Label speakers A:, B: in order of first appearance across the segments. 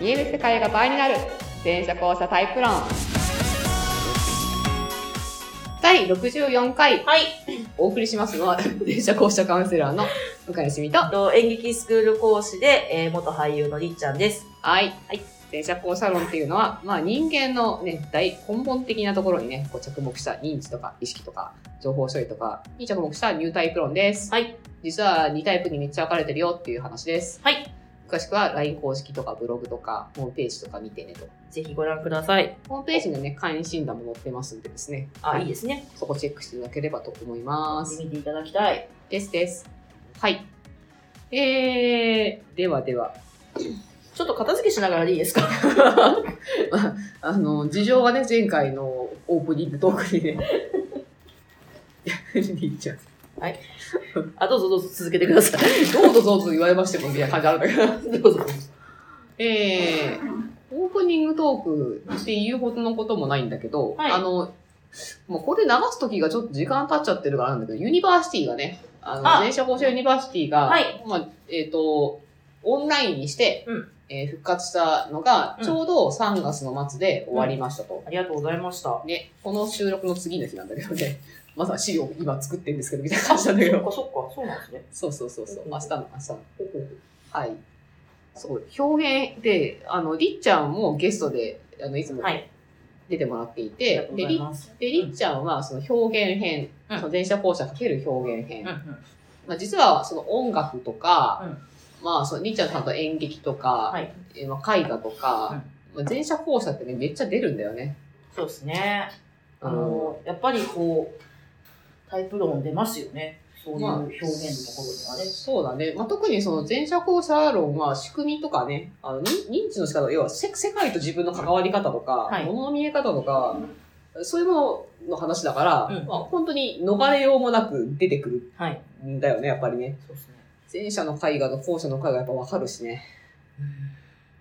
A: 見える世界が倍になる全車交差タイプ論第64回
B: はい。
A: お送りしますのは 全車交差カウンセラーの向井しみと
B: えっと演劇スクール講師で、えー元俳優のりっちゃんです。
A: はい、
B: はい
A: 全社交差論っていうのは、まあ、人間の、ね、大根本的なところにねこう着目した認知とか意識とか情報処理とかに着目したニュータイプ論です
B: はい。
A: 実は2タイプにめっちゃ分かれてるよっていう話です
B: はい。
A: 詳しくは LINE 公式とかブログとかホームページとか見てねと
B: ぜひご覧ください。
A: ホームページにね会員診断も載ってますんでですね
B: あ、いい
A: で
B: ですね。
A: すそこチェックしていただければと思います
B: 見ていただきたい。
A: ですですはいえー、ではでは
B: ちょっと片付けしながらでいいです か
A: あの、事情はね、前回のオープニングトークでね。 りっちゃん。
B: あ、どうぞどうぞ続けてください。
A: どうぞどうぞ言われましても、みたいな感じあるんだけど。
B: どうぞどうぞ。
A: えー、オープニングトークって言うほどのこともないんだけど、
B: はい
A: あの、もうこれ流す時がちょっと時間経っちゃってるからなんだけど、ユニバーシティがね、あの、
B: あ
A: 全社放射ユニバーシティが、
B: はい
A: まあ、えっ、と、オンラインにして、
B: うん
A: えー復活したのが、
B: うん
A: ちょうど3月の末で終わりましたと。
B: ありがとうございました。そ
A: ね、この収録の次の日なんだけどね、まだ資料今作ってるんですけど、みたいな感じなんだけ
B: っか
A: ど。
B: そっか、そうなんですね。
A: そうそうそうそう、
B: うん
A: 明日の明日の。はい。そう、表現で、あの、りっちゃんもゲストで、あの、いつも
B: はい。
A: 出てもらってい
B: あ
A: て、で、り
B: ます。
A: でりっちゃんはその表現編、
B: うん
A: その電車校舎かける表現編、
B: うんうん
A: まあ、実はその音楽とか、
B: うん
A: まあ、そのりっちゃんさんと演劇とか、
B: はい。
A: えまあ、絵画とか、まあ、電車校舎ってね、めっちゃ出るんだよね。
B: そうですね。あの、やっぱりこう、タイプ論出ますよね。そういう表現のところにはね。
A: そうだね。まあ、特にその前者後者論は仕組みとかね、あのに認知の仕方、要はせ世界と自分の関わり方とか、
B: はい
A: 物の見え方とか、そういうものの話だから、
B: うん
A: まあ、本当に逃れようもなく出てくる
B: はい。
A: んだよね、やっぱりね。
B: そうですね。
A: 前者の絵画と後者の絵画やっぱわかるしね。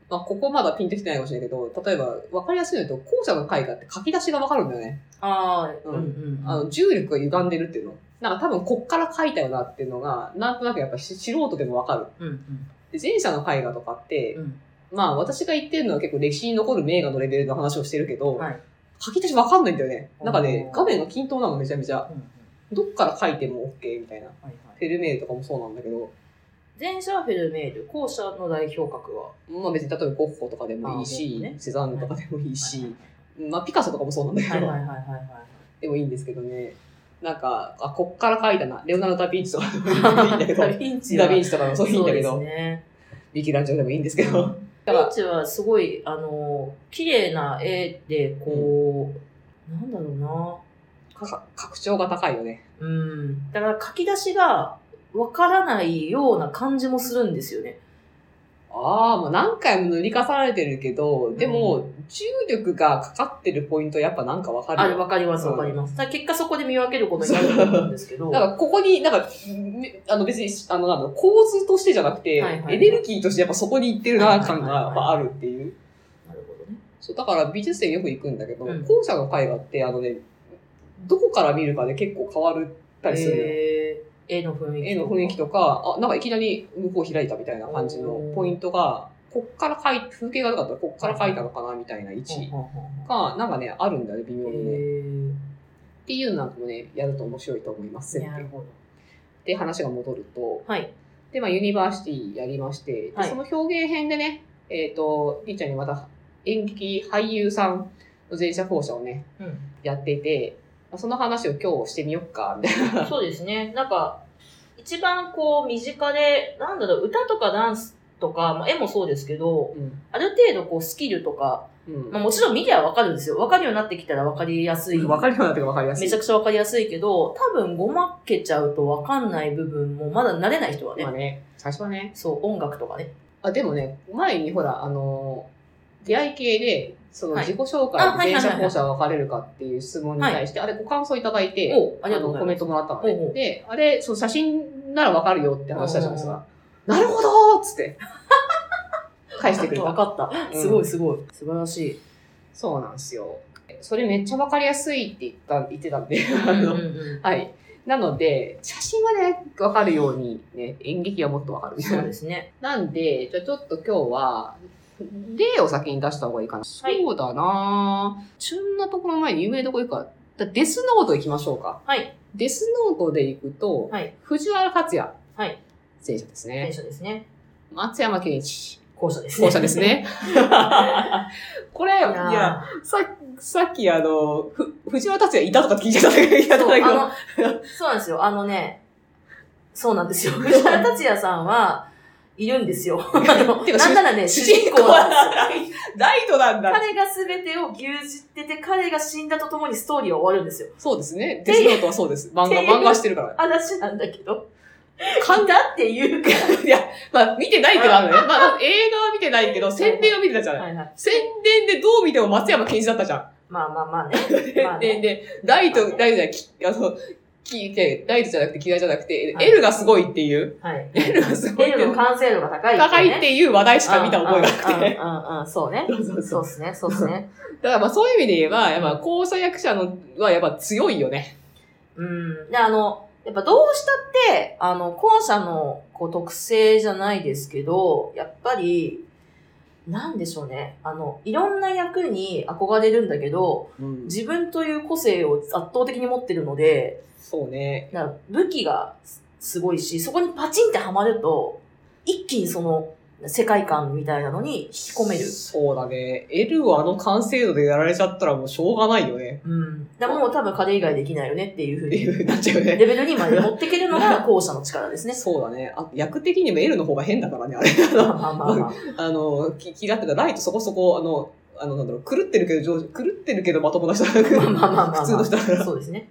A: まあ、ここまだピンときてないかもしれないけど、例えばわかりやすいのと、後者の絵画って書き出しがわかるんだよね。
B: ああ、
A: うん
B: うんうん。
A: あの、重力が歪んでるっていうの。なんか多分こっから書いたよなっていうのが、なんとなくやっぱし素人でもわかる。
B: うんうん
A: で前者の絵画とかって、
B: うん。
A: まあ私が言ってるのは結構歴史に残る名画のレベルの話をしてるけど、
B: はい
A: 書き出しわかんないんだよね。なんかね、
B: うん
A: 画面が均等なのめちゃめちゃ。
B: うんうん
A: どっから書いても OK みたいな。
B: はいはい。
A: フェルメールとかもそうなんだけど、
B: 前者はフェルメール、後者の代表格は。
A: まあ別に例えばゴッホとかでもいい
B: あ
A: し、
B: ゴッホね
A: セザンヌとかでもいいし、まあピカソとかもそうなんだけど、
B: はいはいはいはいは
A: でもいいんですけどね。なんか、あ、こっから書いたな。レオナルド・ダ・ヴィンチとかでもいい
B: い。
A: んだけど、ダ・
B: ヴィンチは
A: ヴィンチとかもそういいんだけ
B: そう
A: ど
B: で、すね。
A: ミキランジョでもいいんですけど、
B: ダヴィンチはすごい、あの、綺麗な絵で、こう、なんだろ
A: か拡張が高いよね。
B: うな。うん。だから書き出しがわからないような感じもするんですよね。
A: ああ、もう何回も塗り重ねてるけど、でも、重力がかかってるポイントやっぱなんかわか
B: あ
A: る
B: れ、
A: よ。
B: わかりますわかります。だから結果そこで見分けることになると 思うんですけど。
A: だからここに、なんか、めあの別に、あの、なんだろう構図としてじゃなくて、
B: はいはい
A: エネルギーとしてやっぱそこに行ってるな、感がやっ
B: はいはいはい
A: ぱあるっていう。
B: なるほどね。
A: そう、だから美術展よく行くんだけど、
B: うん
A: 後者の絵画って、あのね、どこから見るかで結構変わるったりするのよ。
B: えー、絵の雰囲気。
A: 絵の雰囲気とか、あ、なんかいきなり向こう開いたみたいな感じのポイントが、こっから描い、風景がなかったらこっから描いたのかなみたいな位置
B: ほんほんほんほん
A: が、なんかね、あるんだよね、微妙にね。
B: え
A: っていうなんかもね、やると面白いと思います。
B: ー、なるほど。
A: で、話が戻ると、
B: はい。
A: で、まあ、ユニバーシティやりまして、で
B: はい
A: その表現編でね、えっ、と、りーちゃんにまた演劇俳優さんの前者校舎をね、
B: うん。
A: やっていて、まあその話を今日してみよっか、みたいな。
B: そうですね。なんか、一番こう身近で、なんだろう、歌とかダンスとか、まあ、絵もそうですけど、
A: うん。
B: ある程度こうスキルとか、
A: うん。
B: まあ、もちろん見りゃわかるんですよ。わかるようになってきたらわかりやすい。
A: わかるようになってわかりやすい。
B: めちゃくちゃわかりやすいけど、多分ごまけちゃうとわかんない部分も、まだ慣れない人はね
A: まあ、ね、最初はね、
B: そう、音楽とかね。
A: あ、でもね、前にほら、あのー、出会い系で、その
B: はい
A: 自己紹
B: あ
A: 介
B: はい
A: で
B: は
A: 前
B: いはい
A: 者後者は分かれるかっていう質問に対して、あれご感想いただいて、
B: おありがとうござ
A: のコメン
B: います。
A: トもらったのね
B: おうおう
A: で、あれ、その写真なら分かるよって話したじゃないです
B: おう
A: か。なるほどーっつ って、返してくれ
B: わ
A: た。
B: かった。すごいすごい。素晴らしい。
A: そうなんですよ。それめっちゃ分かりやすいって言った、言ってたんで、あ
B: うん
A: の、
B: うん
A: はい。なので、写真はね、分かるようにね、演劇はもっと分かる
B: そうですね。
A: なんで、じゃあちょっと今日は、例を先に出した方がいいかな。
B: はい
A: そうだなぁ旬なところの前に有名どこ行くか。だデスノート行きましょうか。
B: はい。
A: デスノートで行くと、
B: はい。
A: 藤原克也
B: はい。
A: 選手です
B: 電
A: ね。
B: 車ですね。
A: 松山健一
B: 校舎ですね。
A: 校舎です。 ね。これ、い
B: いやー
A: や、ささっきあの、ふ藤原達也いたとかって聞いちゃったけど、いたとか
B: そう
A: 言う
B: あのそうなんですよ。あのね、そうなんですよ。藤原達也さんは、いるんで すよ。あの
A: てか
B: なんならね、
A: 主
B: 主
A: 人
B: 人
A: 公
B: 公
A: は
B: なんですよ。
A: ライトなんだ。
B: 彼が全てを牛耳ってて、彼が死んだとともにストーリーは終わるんですよ。
A: そうですね。デスノートはそうです。漫画、
B: っていう
A: 漫画してる から。
B: 話なんだけど。
A: かん
B: だっていうか。
A: いや、まあ、見てないけど、あのね、まあまあ、映画は見てない けど、宣伝は見てたじゃない。
B: はいはい。
A: 宣伝でどう見ても松山健一だったじゃん。
B: まあまあまあね。まあ
A: で、
B: ね
A: で、ライト、ライトじゃないき、あの、聞いて、ライトじゃなくて嫌いじゃなくて、
B: はい
A: L がすごいっていう、
B: はい。
A: L がすごいってい
B: L の
A: う、
B: 完成度が高い、
A: 高いっていう話題しか見た覚えがなくて。
B: うんうんうんうんうん、そうね。
A: そうそうそ
B: そううですね、そうですね。
A: だからまあそういう意味で言えば、やっぱ交差役者のはやっぱ強いよね。
B: うん。で、あの、やっぱどうしたって、あの、後者のこう特性じゃないですけど、やっぱり、なんでしょうね。あの、いろんな役に憧れるんだけど、自分という個性を圧倒的に持ってるので、
A: そうね。
B: だから武器がすすごいし、そこにパチンってはまると、一気にその世界観みたいなのに引き込める。
A: そうだね。L をあの完成度でやられちゃったらもうしょうがないよね。
B: うん。だからもう多分彼以外できないよねっていうふう
A: っていう
B: に、
A: 風になっちゃうよね。
B: レベルにまで持ってけるのが後者の力ですね。
A: そうだね。あ役的にも L の方が変だからね、あれ。 あ
B: まあ
A: の
B: まあまあまあ。
A: あの、き気がってたライトそこそこ、あの、あの、なんだろう、狂ってるけど上手、狂ってるけどまともな人だから
B: まあまあまあまあまあ
A: 普通の人だから。っ
B: そうですね。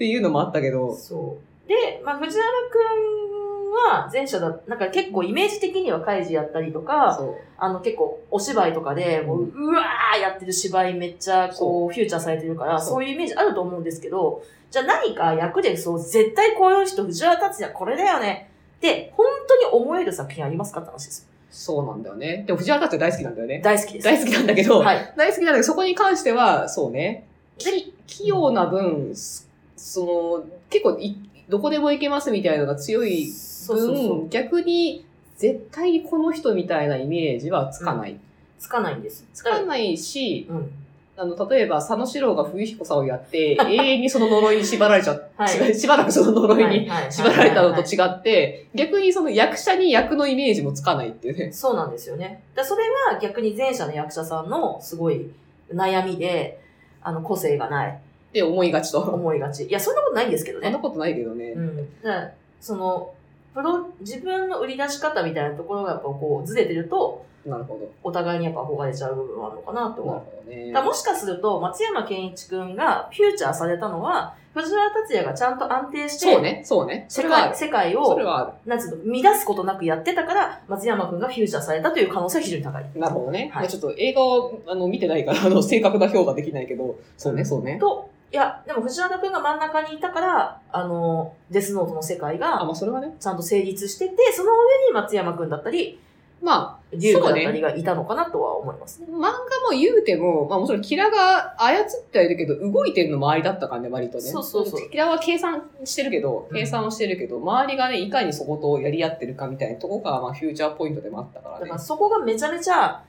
A: ていうのもあったけど、
B: そう。で、まあ、藤原くんは前者だ、なんか結構イメージ的にはカイジやったりとか、
A: そ
B: あの結構お芝居とかで、もう、うわーやってる芝居めっちゃこう、フューチャーされてるから、
A: そう
B: そういうイメージあると思うんですけど、じゃあ何か役でそう、絶対こういう人、藤原達也これだよねって、本当に思える作品ありますかって話です
A: う。そうなんだよね。でも藤原達也大好きなんだよ
B: よ。
A: ね。
B: 大好きです。
A: 大好きなんだけど、
B: はい。
A: 大好きなんだけど、そこに関しては、そうね。き器用な分、すその、結構い、どこでも行けますみたいなのが強い分、
B: そうそうそう。
A: 逆に、絶対この人みたいなイメージはつかない。
B: つかないんです。
A: つかないし、
B: うん。
A: あの、例えば、佐野史郎が冬彦さんをや って、永遠にその呪いに縛られちゃっ
B: はい
A: しばしばらくその呪いに
B: はいはい
A: 縛られたのと
B: はい
A: 違って、逆にその役者に役のイメージもつかないっていうね。
B: そうなんですよね。だそれは逆に前者の役者さんのすごい悩みで、あの、個性がない、
A: って思いがちと。
B: 思いがち。いや、そんなことないんですけど
A: そんな
B: ね。
A: ことないけどね
B: う。ん。だからその、プロ、自分の売り出し方みたいなところがやっぱこう、ずれてると、
A: なるほど。
B: お互いにやっぱ憧れちゃう部分はあるのかなと
A: なる
B: 思
A: ほど
B: う。
A: ね
B: だから。もしかすると、松山健一くんがフューチャーされたのは、藤原達也がちゃんと安定して、
A: そうね、そうね。そ
B: 世
A: れはあ
B: 界、
A: る。
B: 世界
A: それ
B: を、
A: はあ
B: なんつうの、乱すことなくやってたから、松山くんがフューチャーされたという可能性は非常に高い。
A: る。なるほどね。
B: はい
A: まあちょっと映画をあの見てないから、あの、正確な評価できないけど、そうね、そうね。
B: と、いや、でも藤原くんが真ん中にいたから、あの、デスノートの世界
A: あ、
B: が
A: まあそれはね。
B: ちゃんと成立してて、その上に松山くんだったり、
A: ま
B: 龍君だったりがいたのかなとは思いますね。
A: あ、漫画も言うても、まあもちろんキラが操ってはいるけど、動いてるの周りだったからね、割とね。
B: そうそうそう
A: キラは計算してるけど、
B: うん
A: 計算をしてるけど、周りがね、いかにそことやり合ってるかみたいなとこが、まあフューチャーポイントでもあったから
B: だ
A: ね
B: から。そこがめちゃめちゃ、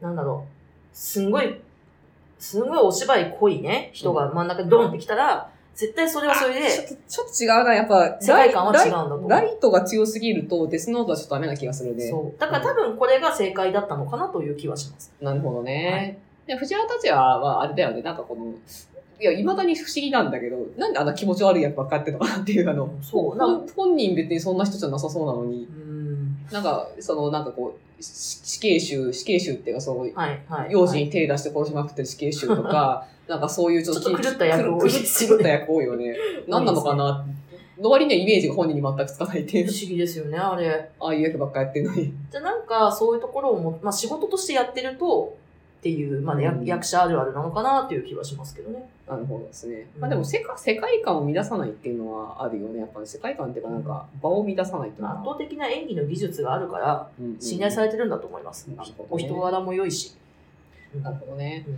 B: なんだろう、すんごい、すんごいお芝居濃いね、人が真ん中にドンってきたら、絶対それはそれ
A: ちょっ
B: で、
A: と、ちょっと違うな、やっぱ。
B: 世界観は
A: ライ
B: 違うんだと思う。
A: ライトが強すぎると、デスノートはちょっとダメな気がするね。
B: そう。だから多分これが正解だったのかなという気はします。
A: なるほどね。で藤原達也はあれだよね、なんかこの、いや、未だに不思議なんだけど、なんであんな気持ち悪い役ばっかやってるのかなっていう、あの、
B: そう。なんか
A: 本本人別にそんな人じゃなさそうなのに
B: う、ん。
A: なんか、その、なんかこう、し死刑囚、死刑囚っていうか、その、
B: はい、はい。
A: 幼児に手出して殺しまくってる死刑囚とか、 なんかそういうちょっと
B: ちょっと狂った役多いです
A: 狂
B: よね
A: った役多いよ ね。何なのかなの割にはイメージが本人に全くつかないっていう、
B: 不思議ですよね、あれ。
A: ああいう役ばっかやってるの に。
B: で、なんか、そういうところをも、まあ、仕事としてやってると、っていう、まあ、ね
A: うん
B: 役者あるあるなのかなっていう気はしますけどね。
A: なるほどですね。
B: うん
A: まあでも世界、世界観を乱さないっていうのはあるよね。やっぱり世界観っていうか、なんか、場を乱さないっていう
B: まあ圧
A: の
B: 倒的な演技の技術があるから、信頼
A: れ
B: されてるんだと思います。
A: うんなるほどね
B: お人柄も良いし。うん
A: なるほどね。
B: うん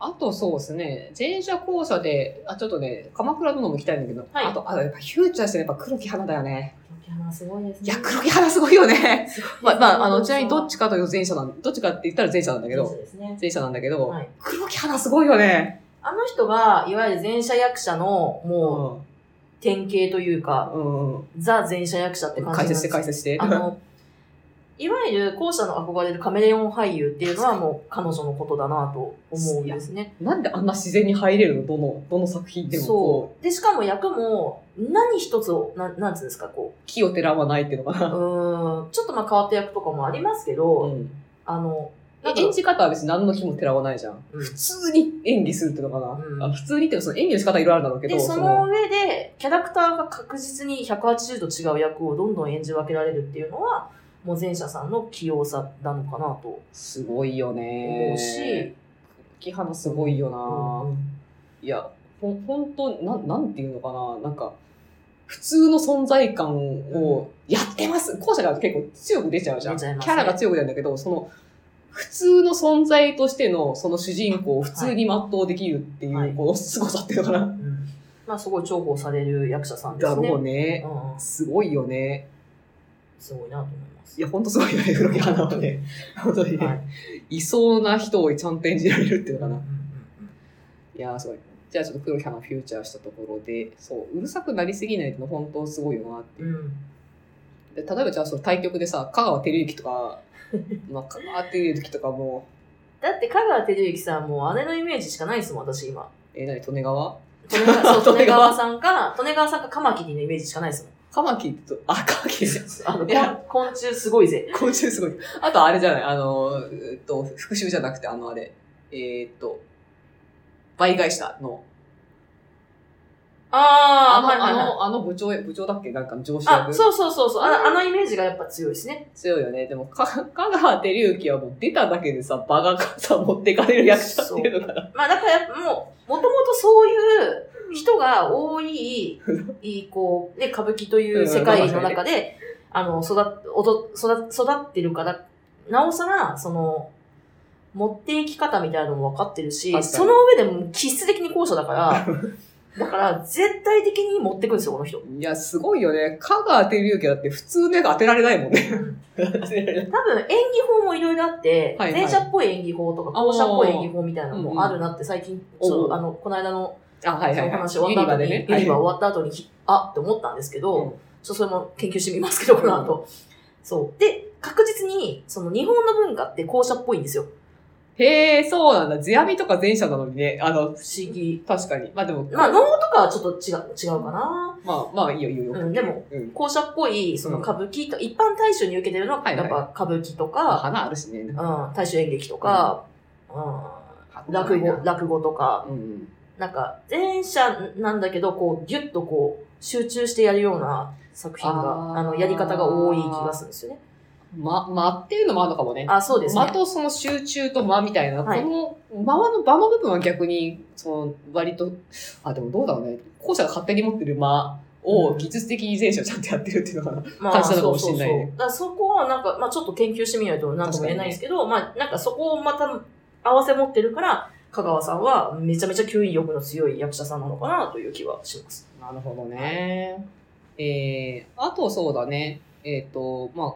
A: あとそうですね、前者後者で、あ、ちょっとね、鎌倉殿も行きたいんだけど、
B: はい
A: あと、あやっぱフューチャーしてねやっぱ黒木花だよね。
B: 黒いや、まあすごいですね。
A: いや、 黒木花すごいよね。
B: すごいですね
A: まあ、まあ、あの、ちなみにどっちかというと前者なん、どっちかって言ったら前者なんだけ
B: そう
A: ど、
B: ですね。
A: 前者なんだけど、
B: はい
A: 黒木花すごいよね。
B: あの人が、いわゆる前者役者の、もう、典型というか、
A: うん。うん。
B: ザ前者役者って感じ
A: 解
B: なんで
A: 説し
B: す
A: て
B: よ
A: 解説して。
B: あの、いわゆる後者の憧れるカメレオン俳優っていうのはもう彼女のことだなと思うんですね。
A: なんであんな自然に入れるのどの、どの作品でもこ
B: そう。で、しかも役も何一つを、ななんつうんですか、こ
A: う、木をてらわないっていうのか
B: う、う
A: な。
B: ーん、ちょっとまあ変わった役とかもありますけど、
A: うん。
B: あの、なんか
A: 演じ方は別に何の木もてらわないじゃん。
B: うん
A: 普通に演技するっていうのかな。
B: うん
A: あ普通にっていうかその演技の仕方いろいろあるんだろうけど、
B: で、その上で、キャラクターが確実に180度違う役をどんどん演じ分けられるっていうのは、もう前者さんの器用さなのかなと
A: すごいよね。
B: 思うし、
A: 木花すごいよな。
B: うん
A: いや、ほん、ほんと、なん、なんていうのかな、なんか、普通の存在感をやってます後者が結構強く出ちゃうじゃん。
B: 出ちゃいます
A: キ
B: ね
A: ャラが強く出るんだけど、その、普通の存在としての、その主人公を普通に全うできるっていう、
B: はい
A: この凄さっていうのかな。
B: うんまあすごい重宝される役者さんで
A: だ
B: すね。
A: ろうね。
B: うんうん
A: すごいよね。
B: すごいなと思います。
A: いや、ほんとすごいよね、黒木花はね。本当にね、
B: はい
A: い、そうな人をちゃんと演じられるっていうのかな。
B: う
A: いやー、すごい。じゃあちょっと黒木花をフューチャーしたところで、そう、うるさくなりすぎないっての本当すごいよなって。
B: んうんうん
A: で例えばじゃあその対局でさ香川照之と かまあ香川照之とかも
B: だって香川照之さんもう姉のイメージしかないですもん、私 今。
A: えー、何利根川
B: 利根川そう利
A: 利根
B: 根川
A: 川
B: さんか、利根川さんかカマキリのイメージしかないですもん。
A: カマキリとあカマキリ
B: あの
A: いや
B: こん昆虫すごいぜ。
A: 昆虫すごいあとあれじゃないあのえっと復讐じゃなくてあのあれえーっと倍返したの
B: あ
A: あの,、
B: はいはい
A: あ
B: はい。
A: のあの部長部長だっけなんかの上司
B: あ、
A: 役
B: そうそうそうそうあの。あのイメージがやっぱ強いですね。
A: 強いよねでもか 香川照之はもう出ただけでさ場がさ持ってかれる役者っていうのかな
B: まあだからやっぱもう、もともとそういう人が多い、いいこう、ね、歌舞伎という世界の中で、あの、育っ、おど育育ってるから、なおさら、その、持っていき方みたいなのも分かってるし、
A: 確かに
B: その上でもう気質的に後者だから、だから絶対的に持ってくんですよ、この人。
A: いやすごいよね香川照之だって普通の役当てられないもん ね当てられない
B: 多分演技法もいろいろあって、
A: はいはい
B: 前者っぽい演技法とか
A: あー
B: 後者っぽい演技法みたいなのもあるなって最近、
A: うんうん
B: ちょ
A: お
B: っと
A: う
B: あの、この間の
A: あ、はいは
B: その
A: い、はい。
B: 話終わった後に、ユニバ
A: は
B: 終わった後に、あって思ったんですけど、
A: うん
B: ちょっとそれも研究してみますけど、この後。そう。で、確実に、その日本の文化って校舎っぽいんですよ。
A: いへえ、そうなんだ。世阿弥とか前者なのにね。あの、
B: 不思議。
A: 確かに。まあでも、
B: ま
A: ま
B: あ、能とかはちょっと違う、違うかな。
A: あ、まあいいよいいよ。
B: うん、でも、
A: うん。
B: 校舎っぽい、その歌舞伎と、一般大衆に受けてるのは、
A: はい
B: や
A: は
B: っ
A: い
B: ぱ歌舞伎と
A: まあ、
B: か、
A: 花あるしね。
B: うん、大衆演劇とか、うん、落語、落語とか、
A: うんうん。
B: なんか、前者なんだけど、こう、ぎゅっとこう、集中してやるような作品
A: あ
B: が、
A: ー
B: あの、やり方が多い気がするんですよね。
A: ま、間っていうのもあるのかもね。
B: あ、そうですね。
A: 間とその集中と間みたいな、
B: はい
A: この間の場の部分は逆に、その、割と、あ、でもどうだろうね。後者が勝手に持ってる間を技術的に前者をちゃんとやってるっていうのかな。
B: ま
A: 感じなのかもしれないね
B: そうそうそうだからそこはなんか、まあちょっと研究してみないと何とも言えないですけど、まあなんかそこをまた合わせ持ってるから、香川さんはめちゃめちゃ吸引力の強い役者さんなのかなという気はします。
A: なるほどね。えー、あとそうだね。えっ、と、まあ、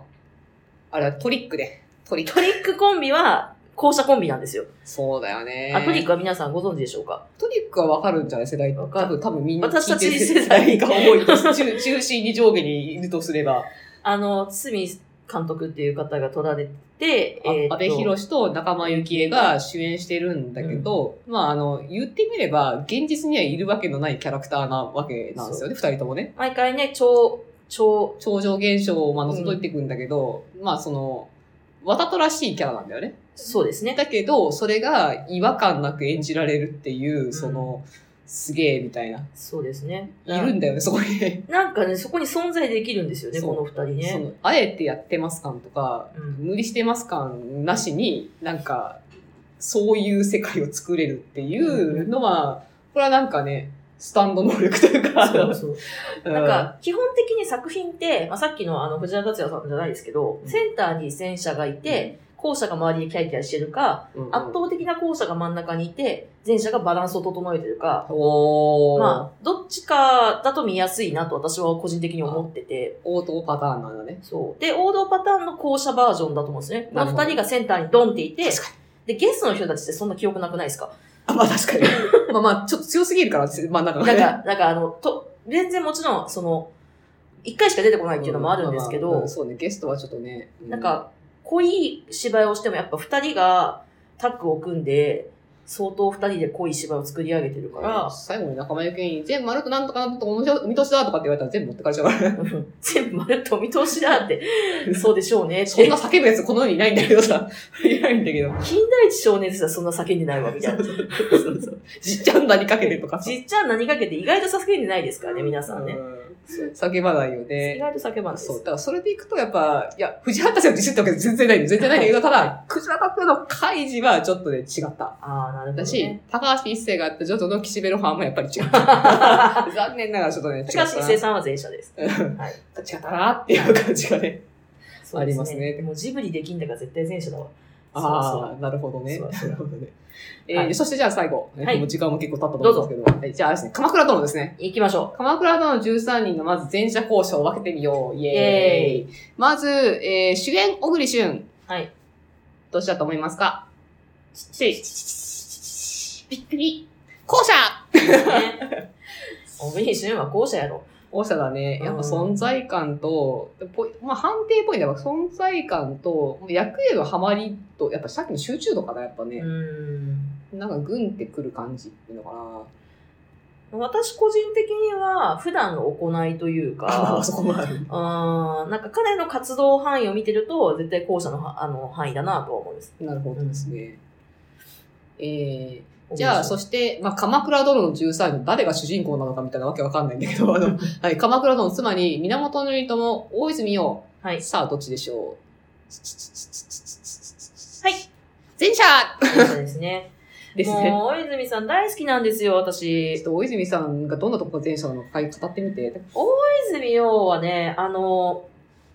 A: あれはトリックで。トリック。
B: トリックコンビは、校舎コンビなんですよ。
A: そうだよね。
B: あトリックは皆さんご存知でしょうか
A: トリックはわかるんじゃない世代
B: わ
A: 多
B: かる
A: 分、多分みんな
B: 私たち
A: 聞いてる
B: 世代
A: が多いです。 中中心に上下にいるとすれば、
B: あの、堤監督っていう方が撮られて、
A: あ
B: えーと
A: 阿部寛と仲間由紀恵が主演してるんだけど、まあ、あの、言ってみれば、現実にはいるわけのないキャラクターなわけなんですよね、二人ともね。
B: 毎回ね、超、超、
A: 超常現象をまあ覗いていくんだけど、まあ、その、わざとらしいキャラなんだよね。
B: そうですね。
A: だけど、それが違和感なく演じられるっていう、その、すげえみたいな。
B: そうですね。
A: いるんだよね、そこに。
B: なんかね、そこに存在できるんですよね、
A: そ
B: こ
A: う
B: の二人
A: そ
B: ね。
A: の、あえてやってます感とか、
B: うん
A: 無理してます感なしに、なんか、そういう世界を作れるっていうのは、これはなんかね、スタンド能力というか、
B: そうそう。
A: うん
B: なんか、基本的に作品って、まあ、さっきのあの藤原達也さんじゃないですけど、
A: うん
B: センターに戦車がいて、後者が周りでキャイキャイしてるか、
A: うんうん
B: 圧倒的な後者が真ん中にいて、前者がバランスを整えてるか、
A: おー、
B: まあ、どっちかだと見やすいなと私は個人的に思ってて、
A: 応答パターンなんだ ね。
B: そう。で、王道パターンの後者バージョンだと思うんですね。こ
A: な
B: の
A: るほど
B: 二人がセンターにドンっていて、
A: 確か
B: で、ゲストの人たちってそんな記憶なくないですか
A: あ、まあ確かに。 まあまあ、ちょっと強すぎるから、真ん中が
B: な
A: ね
B: んか、なんかあの、と、全然もちろん、その、一回しか出てこないっていうのもあるんですけ
A: まあま
B: ど
A: あ、そうね、ゲストはちょっとね。う
B: なん、か、濃い芝居をしてもやっぱ二人がタッグを組んで、相当二人で濃い芝居を作り上げてるから、
A: 最後に仲間由紀に、全部丸となんとかなんとか面白い見通しだとかって言われたら全部持ってかれちゃうから。
B: うん 全部まるっとお見通しだ って、そうでしょうねって。
A: そんな叫ぶやつこの世にいないんだけどさ。いないんだけど。
B: 金田一少年ですらそんな叫んでないわ、みたいな。
A: そうそう。じっちゃんだにかけてとかさ。
B: じっちゃん何かけて意外と叫んでないですからね、皆さんね。
A: うん。叫ばないよ
B: 意
A: ね。
B: 外と叫ばんです。
A: そう。だからそれでいくとやっぱ、いや、藤原たちの自信ってわけ全然ないんだよ全然ないんだけど、ただ、クジラタクの開示はちょっとね、違った。
B: ああ、なるほど、
A: だし、
B: ね。
A: 高橋一生がやったジョジョの岸辺露伴もやっぱり違った。
B: 高
A: 残念ながらちょっとね、違ったな。
B: 橋一生さんは前者です。
A: うん
B: はい
A: 違ったなっていう感じがね。
B: そうで
A: ありますね
B: もうジブリできんだから絶対前者だわ。そ
A: あ
B: うそう
A: あ、なるほどね。
B: そうそう
A: なるほどねえー
B: はい
A: そしてじゃあ最後、えー
B: はい
A: もう時間も結構経ったと思うんですけど、はいじゃああれですね、鎌倉殿ですね。
B: 行きましょ
A: 鎌倉殿の13人のまず前者後者を分けてみよう。イエーイ。
B: イ
A: まず、えー主演小栗旬。
B: はい。
A: どっちだと思いますかびっくり。後者
B: う。ね、おびにしめは後者やろ。
A: 後者だね。やっぱ存在感と、ぽいまあ判定っぽいんだけど、存在感と、役へのハマりと、やっぱさっきの集中度かな、やっぱね。
B: うん。
A: なんかグンってくる感じっていうのかな。
B: 私個人的には普段の行いとい う
A: あ
B: か
A: あ、、そこもある。
B: うん、なんか彼の活動範囲を見てると絶対後者のはあの範囲だなとは思うんです。
A: なるほどですね。えー、じ
B: 小
A: ゃあ、
B: 栗旬
A: そして、まあ、鎌倉殿の13人、誰が主人公なのかみたいなわけわかんないんだけど、あ の、はい、鎌倉殿の妻に、源頼朝、大泉洋。
B: はい
A: さあ、どっちでしょう
B: はい。
A: 前者
B: 後者ですね。
A: ですね。
B: もう、大泉さん大好きなんですよ、私
A: ちょっ。と大泉さんがどんなとこが前者なのか語ってみて。
B: 大泉洋はね、あの、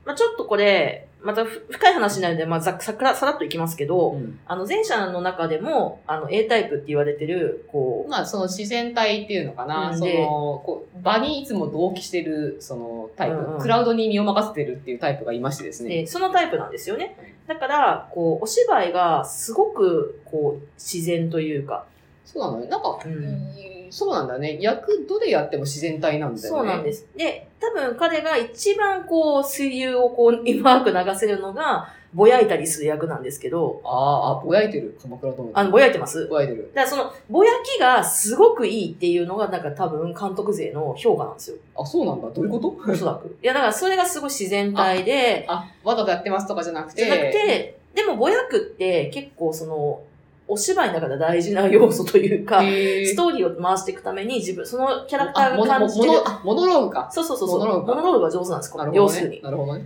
B: まあ、ちょっとこれ、またふ深い話になるので、まあ、ざっさくら、さらっといきますけど、あの、前者の中でも、あの、A タイプって言われてる、こ
A: まあ、その自然体っていうのかな、
B: うん
A: そ
B: で
A: のこう場にいつも同期してるそのタイプ、
B: うんうん
A: クラウドに身を任せてるっていうタイプがいましてです
B: う、
A: ね。
B: で、そのタイプなんですよね。だから、こう、お芝居がすごく、こう、自然というか、
A: そうなのよ。なんか、
B: うん
A: うんそうなんだね。役どれやっても自然体なんだよね。
B: そうなん
A: す。
B: です。で、多分彼が一番こう、水流をこう、うまく流せるのが、ぼやいたりする役なんですけど、
A: ああ、あぼやいてる。鎌倉殿。
B: あの、ぼやいてます
A: ぼやいてる。
B: だからその、ぼやきがすごくいいっていうのが、なんか多分監督勢の評価なんですよ。
A: あ、そうなんだ。どういうこと
B: おそらく。いや、だからそれがすごい自然体で、
A: あ、わざとやってますとかじゃなくて。
B: じゃなくて、でもぼやくって結構その、お芝居の中で大事な要素というか、
A: へー
B: ストーリーを回していくために自分、そのキャラクタ
A: あ
B: ー
A: も
B: が感じてる
A: もも。のあモノローグか。
B: そうそうそうそう。
A: モノローグか
B: モノローグが上手なんです、こ
A: な
B: の
A: るほど、ね。
B: 要するに。
A: なるほどね。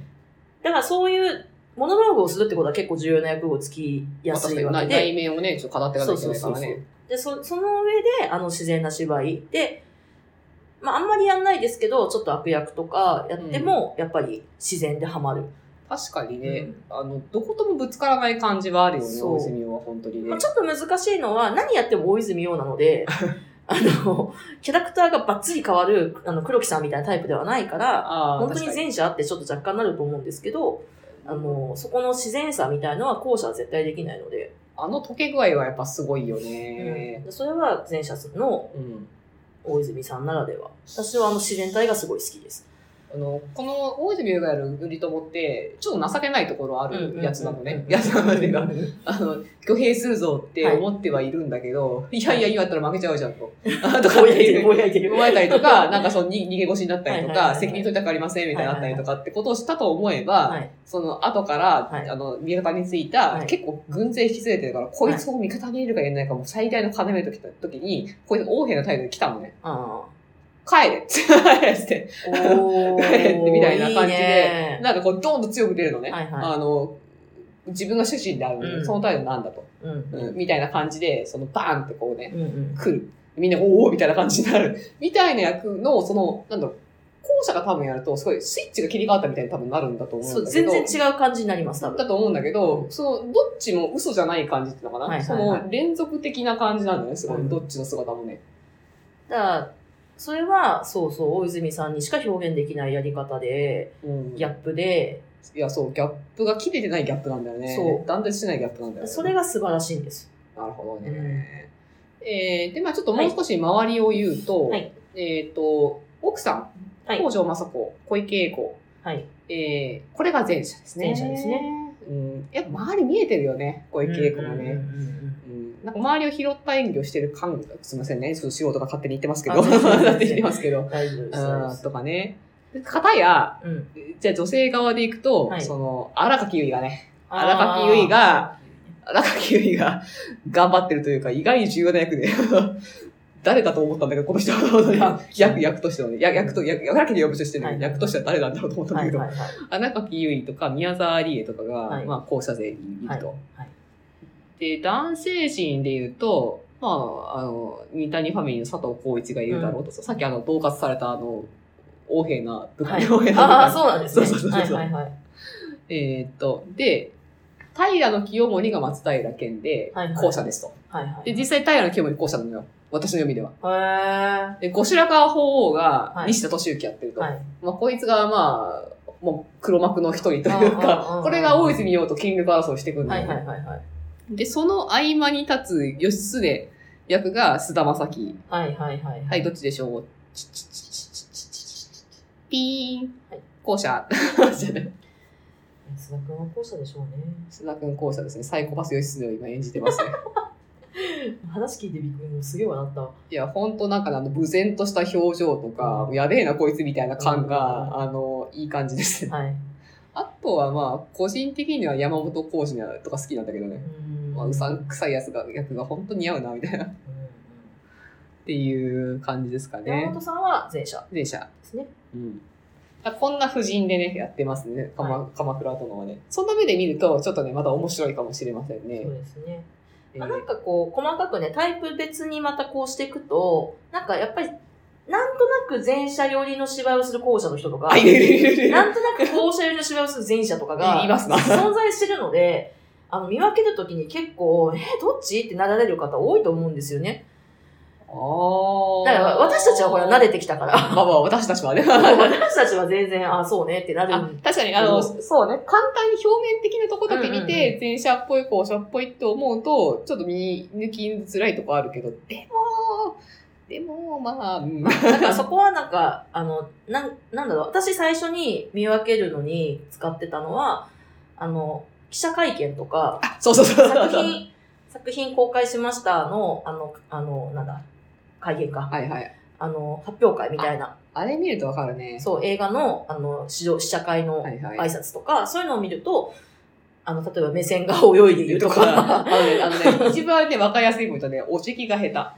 B: だからそういう、モノローグをするってことは結構重要な役をつきやすい
A: ま
B: わ
A: あ確か
B: け
A: に
B: で。
A: 内面をね、ちょっと語っていかなきゃいけないから
B: そうそうそう
A: ね。
B: で、そその上で、あの自然な芝居で、まああんまりやんないですけど、ちょっと悪役とかやっても、やっぱり自然でハマる。
A: 確かにね、
B: うん
A: あの、どこともぶつからない感じはあるよね、
B: そう
A: 大泉洋は本当にね。
B: まあちょっと難しいのは、何やっても大泉洋な ので、あの、キャラクターがバッチリ変わる、あの、黒木さんみたいなタイプではないから、
A: ああ
B: 本当に
A: 確か
B: 前者あってちょっと若干なると思うんですけど、あの、そこの自然さみたいのは後者は絶対できないので、
A: あの溶け具合はやっぱすごいよね。
B: それは前者の
A: うん。
B: 大泉さんならでは。私はあの自然体がすごい好きです。
A: あの、この大泉洋がやるりともって、ちょっと情けないところあ
B: うんうんうん
A: る
B: うん
A: やつなのね。やつなのねが、あの、挙兵するぞって思ってはいるんだけど、い、やいや、今やったら負けちゃうじゃんと。 あとか
B: ぼ
A: っ
B: やいて
A: て
B: る、ぼやいてる。
A: 思えたりとか、なんかそのに逃げ腰になったりと
B: はいはいはい
A: か、
B: はい
A: 責任取りたくありませんみたいになったりとかってことをしたと思えば、
B: はい。
A: その後から、
B: はい
A: あの、味方についた、
B: はい
A: 結構軍勢引き連れてるから、こいつを味方に入れるか入れないかもう最大の要の時と時に、こいつ王兵の態度で来たのね。
B: あ
A: 帰 れって。
B: あ。お
A: みたいな感じで
B: ね、
A: なんかこう、どんどん強く出るのね。
B: はいはい
A: あの、自分が主人であるのに、
B: うん
A: その態度なんだと、
B: うんうん
A: うんみたいな感じで、そのバーンってこうね、
B: うんうん
A: 来る。みんな、おーおーみたいな感じになる。みたいな役の、その、なんだろう、後者が多分やると、すごいスイッチが切り替わったみたいに多分なるんだと思
B: そうう、
A: んだけ
B: 全
A: ど。
B: 然違う感じになります、多
A: だ
B: 分。
A: と思うんだけど、その、どっちも嘘じゃない感じっていうのかな、
B: はいはい
A: そ
B: はい
A: の、連続的な感じなんだよね、すごい。
B: うん
A: どっちの姿もね。
B: だから、それは、そうそう、大泉さんにしか表現できないやり方で、
A: うん。
B: ギャップで、
A: いや、そう、ギャップが切れてないギャップなんだよね。
B: そう
A: 断絶しないギャップなんだよね。
B: それが素晴らしいんです。
A: なるほどね。えー、で、まあちょっともう少し周りを言うと、
B: はい
A: えっ、と、奥さん、
B: はい
A: 北条政子、小池栄子、
B: はい。
A: えー、これが前者ですね。
B: 前者ですね。
A: うん、やっぱ周り見えてるよね、小池栄子も
B: うん
A: ね。
B: うんうんうん
A: うん、なんか周りを拾った演技をしてる感が、すみませんね、ちょっと素人が勝手に言ってますけど、
B: あ全 然全然
A: 勝手に言ってますけど、
B: 大丈夫です。大丈夫
A: う
B: で
A: ん、
B: す
A: とかね。で片や、
B: うん。
A: じゃあ女性側でいくと、
B: はい
A: その、荒垣結衣がね、
B: あー
A: 荒垣結衣が、荒垣結衣が頑張ってるというか、意外に重要な役で、 誰だと思ったんだけど、この人は、 役、役としてはね、役役と、役、役荒垣結衣は別としてね、
B: はい
A: 役としては誰なんだろうと思ったんだけ
B: はい
A: ど、
B: はいはい。
A: 荒垣結衣とか宮沢りえとかが、
B: はい
A: まあ、校舎勢にい
B: は
A: る
B: い
A: と。
B: はい
A: で、男性陣で言うと、まあ、あの、三谷ファミリーの佐藤浩一がいるだろうと、さっきあの、恫喝されたあの、横柄な部下、
B: はい
A: 横柄な部
B: あ
A: 下
B: あ、そうなんですね。
A: そうそうそうそう
B: はいはいはい。
A: えーっと、で、平の清盛が松平健で
B: はいはい、
A: 後者ですと。
B: はいはい。
A: で、実際平の清盛後者なのよ。私の読みでは。
B: へー
A: で、後白河法皇が
B: はい
A: 西田敏行やってると。
B: はい。
A: まあ、こいつがまあ、もう黒幕の一人という
B: うんうんうんう
A: か
B: ん、
A: これが大泉洋と権力争いしてくるん
B: は
A: だよ
B: い
A: ね、
B: はいはいはい。
A: で、その合間に立つ義経役が菅田将暉。
B: はいはいはい。
A: はい、どっちでしょうチッチッチッチッチッチッチッチッピーン
B: はい。
A: 後者。じゃない
B: 安田君は後者でしょう
A: 菅田君後者ですね。サイコパス義経を今演じてますね。
B: ね。話聞いてびっくり、もうすげえ笑ったわ。
A: いや、ほんとなんかねあの、無然とした表情とか、やべえなこいつみたいな感が、
B: うん
A: あの、いい感じですね。
B: はい。
A: あとはまあ、個人的には山本浩二とか好きなんだけどね。まあ、うさんくさいやつが、役が本当に似合うな、みたいな。っ
B: うんうん
A: ていう感じですかね
B: 山。本さんは前者
A: 前者。
B: ですね。
A: うん。あこんな布陣でね、やってますね。鎌,、
B: は
A: 鎌倉殿はね。そんな目で見ると、ちょっとね、また面白いかもしれませんね
B: そう。ですね。
A: え
B: まあ
A: ー
B: なんかこう、細かくね、タイプ別にまたこうしていくと、なんかやっぱり、なんとなく前者寄りの芝居をする後者の人とか
A: あ、、いるいるいるいる。
B: なんとなく後者寄りの芝居をする前者とかが、
A: いますな
B: 存在してるので、あの、見分けるときに結構、えどっちってなられる方多いと思うんですよね。
A: あー
B: だから私たちはほら慣れてきたから。
A: まあまあ、私たちはね。
B: 私たちは全然、あ、そうねってなる。
A: あ確かに、あの、
B: うん
A: そうね、簡単に表面的なとこだけ見
B: うんう
A: て、前者っぽい、後者っぽいって思うと、ちょっと見抜きづらいとこあるけど、でも、でも、まあ、うん
B: だからそこはなんか、あの、なん、なんだろう、私最初に見分けるのに使ってたのは、あの、記者会見 とか、
A: あそうそうそう。
B: 作品、作品公開しましたの、あの、あの、なんだ、会見か。
A: はいはい。
B: あの、発表会みたいな、
A: あれ見るとわかるね。
B: そう、映画の、あの、試乗試写会の
A: はいはい
B: 挨。拶とか、そういうのを見ると、あの、例えば目線が泳いでいるとか
A: あ、のね、あのね、一番ね、わかりやすいポイントはね、お辞儀が下手。あ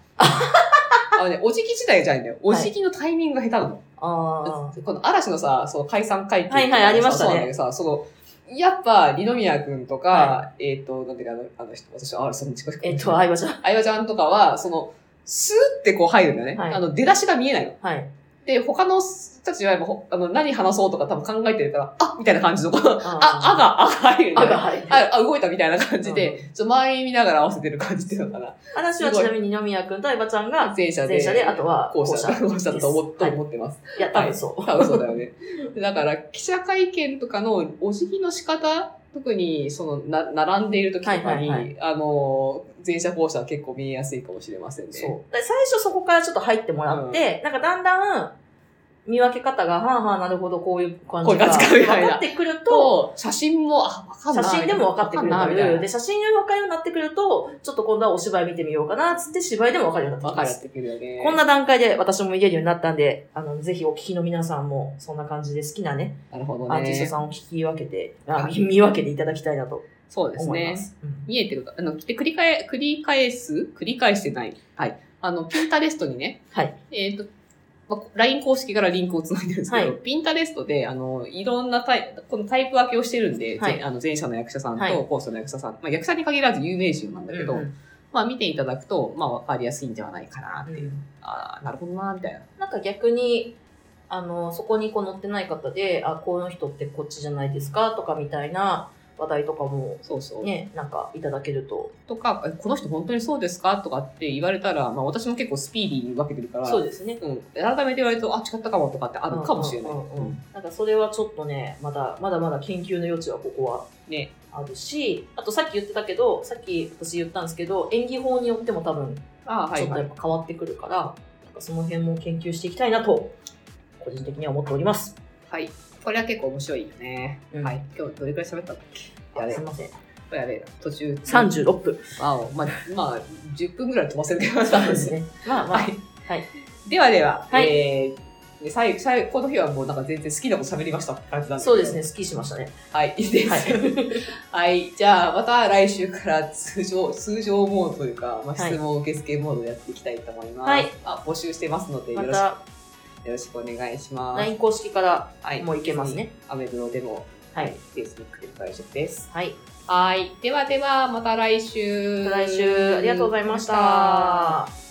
A: のね、お辞儀自体じゃないんだよ。お辞儀のタイミングが下手なの。
B: あー
A: この嵐のさ、その解散会見とか
B: はいはいありました
A: そ
B: ね
A: うなんだけどさ、その、やっぱ、二宮くんとか、
B: は
A: えっ、と、なんていうか、あの、あの人、私、あ、その近く。
B: えっと、相葉ちゃん。
A: あやちゃんとかは、その、スーってこう入るんだよね。
B: はい
A: あの、出だしが見えないの。
B: はい。
A: で、他の人たちはやっぱほ、あの、何話そうとか多分考えてるから、あみたいな感じの、この、あ、あ
B: あ
A: が、あが入るん
B: ー、
A: だ
B: あ
A: よね
B: が、はい。
A: あ、あ、動いたみたいな感じで、ちょっと周り見ながら合わせてる感じっていうのかな。
B: 私はちなみに二宮君と相葉ちゃんが
A: 前者で。
B: 前者で、あとは
A: 後者。後者だと思っと
B: はい
A: 思ってます。
B: いや、多分そう。
A: 多分そうだよね。 だから、記者会見とかのお辞儀の仕方、特に、その、な、並んでいる時とかに、
B: はいはいは
A: あの、前者後者は結構見えやすいかもしれませんね。
B: そう。で最初そこからちょっと入ってもらって、なんかだんだん見分け方が、はあはあ、なるほど、こういう感
A: こうい
B: じ
A: う
B: が
A: 感じかみ
B: 分
A: たいな
B: かってくると、
A: と、写真も、あ、わかんな
B: 写
A: い。
B: 真でも分かってくるよう
A: わかんな
B: にな
A: いみたい
B: る。
A: な
B: で、写真が分かるようになってくると、ちょっと今度はお芝居見てみようかな、つって芝居でも分かるようにな
A: わ
B: ってき
A: かる
B: ま
A: っ
B: す。
A: てくるよね。
B: こんな段階で私も言えるようになったんで、あの、ぜひお聞きの皆さんも、そんな感じで好きなね、
A: なるほど
B: アーティスト
A: ね。
B: さんを聞き分けて、あ見分けていただきたいなと
A: そうです
B: 思いま
A: ね。
B: す。うん
A: 見えてるか。あの、で繰り返、繰り返す繰り返してない。はい。あの、ピンタレストにね。
B: はい。
A: えっ、と、まあ、LINE 公式からリンクをつないでるんですけど、
B: はい
A: ピンタレストで、あの、いろんなタイプ、このタイプ分けをしてるんで、
B: はい
A: ぜあの前者の役者さん
B: はい
A: と後者の役者さん、まあ、役者に限らず有名人なんだけど、
B: うんうん
A: まあ見ていただくと、まあわかりやすいんではないかなっていう。
B: うん
A: ああ、なるほどな、みたいな。
B: なんか逆に、あの、そこにこう載ってない方で、あ、この人ってこっちじゃないですかとかみたいな話題とかも
A: そうそう。
B: ね、なんかいただけると。
A: とか、えこの人本当にそうですかとかって言われたら、まあ私も結構スピーディーに分けてるから、
B: そうですね。
A: うん、改めて言われると、あ、違ったかもとかってあるかもしれない。
B: うんうんうんうんなんかそれはちょっとね、まだ、まだまだ研究の余地はここは
A: ね、
B: あるし、あとさっき言ってたけど、さっき私言ったんですけど、演技法によっても多分、
A: あは
B: ち
A: い
B: ょっと
A: は
B: やっ
A: い。
B: ぱ変わってくるから、なんかその辺も研究していきたいなと、個人的には思っております。
A: はい。これは結構面白いよね。
B: うん
A: はい。今日どれくらい喋ったんだっけや
B: あ
A: べえ
B: すいません。
A: え、やべえな。途中。
B: 36分。
A: あおまあ、まあ、10分ぐらい飛ばせてましたんですね。
B: ね。まあま
A: は
B: あ、
A: い。
B: はい。
A: ではでは、
B: はい
A: えー、で最後、最後、この日はもうなんか全然好きなこと喋りましたって感じなん
B: そうです
A: ね。
B: ね、スッキリしましたね。
A: はい、いいです。
B: は
A: はい い。じゃあ、また来週から通常、通常モードというか、まあ、
B: はい
A: 質問受付モードやっていきたいと思います。
B: はい
A: あ、募集してますので、よ
B: ま
A: ろしく、よ
B: た、
A: ろしくお願いします。
B: LINE 公式から
A: はい
B: もういけます。ね。
A: アメブロでも、
B: はい。
A: Facebook でも大丈夫です。
B: はい。
A: はい。ではでは、また来週。
B: 来週、ありがとうございました。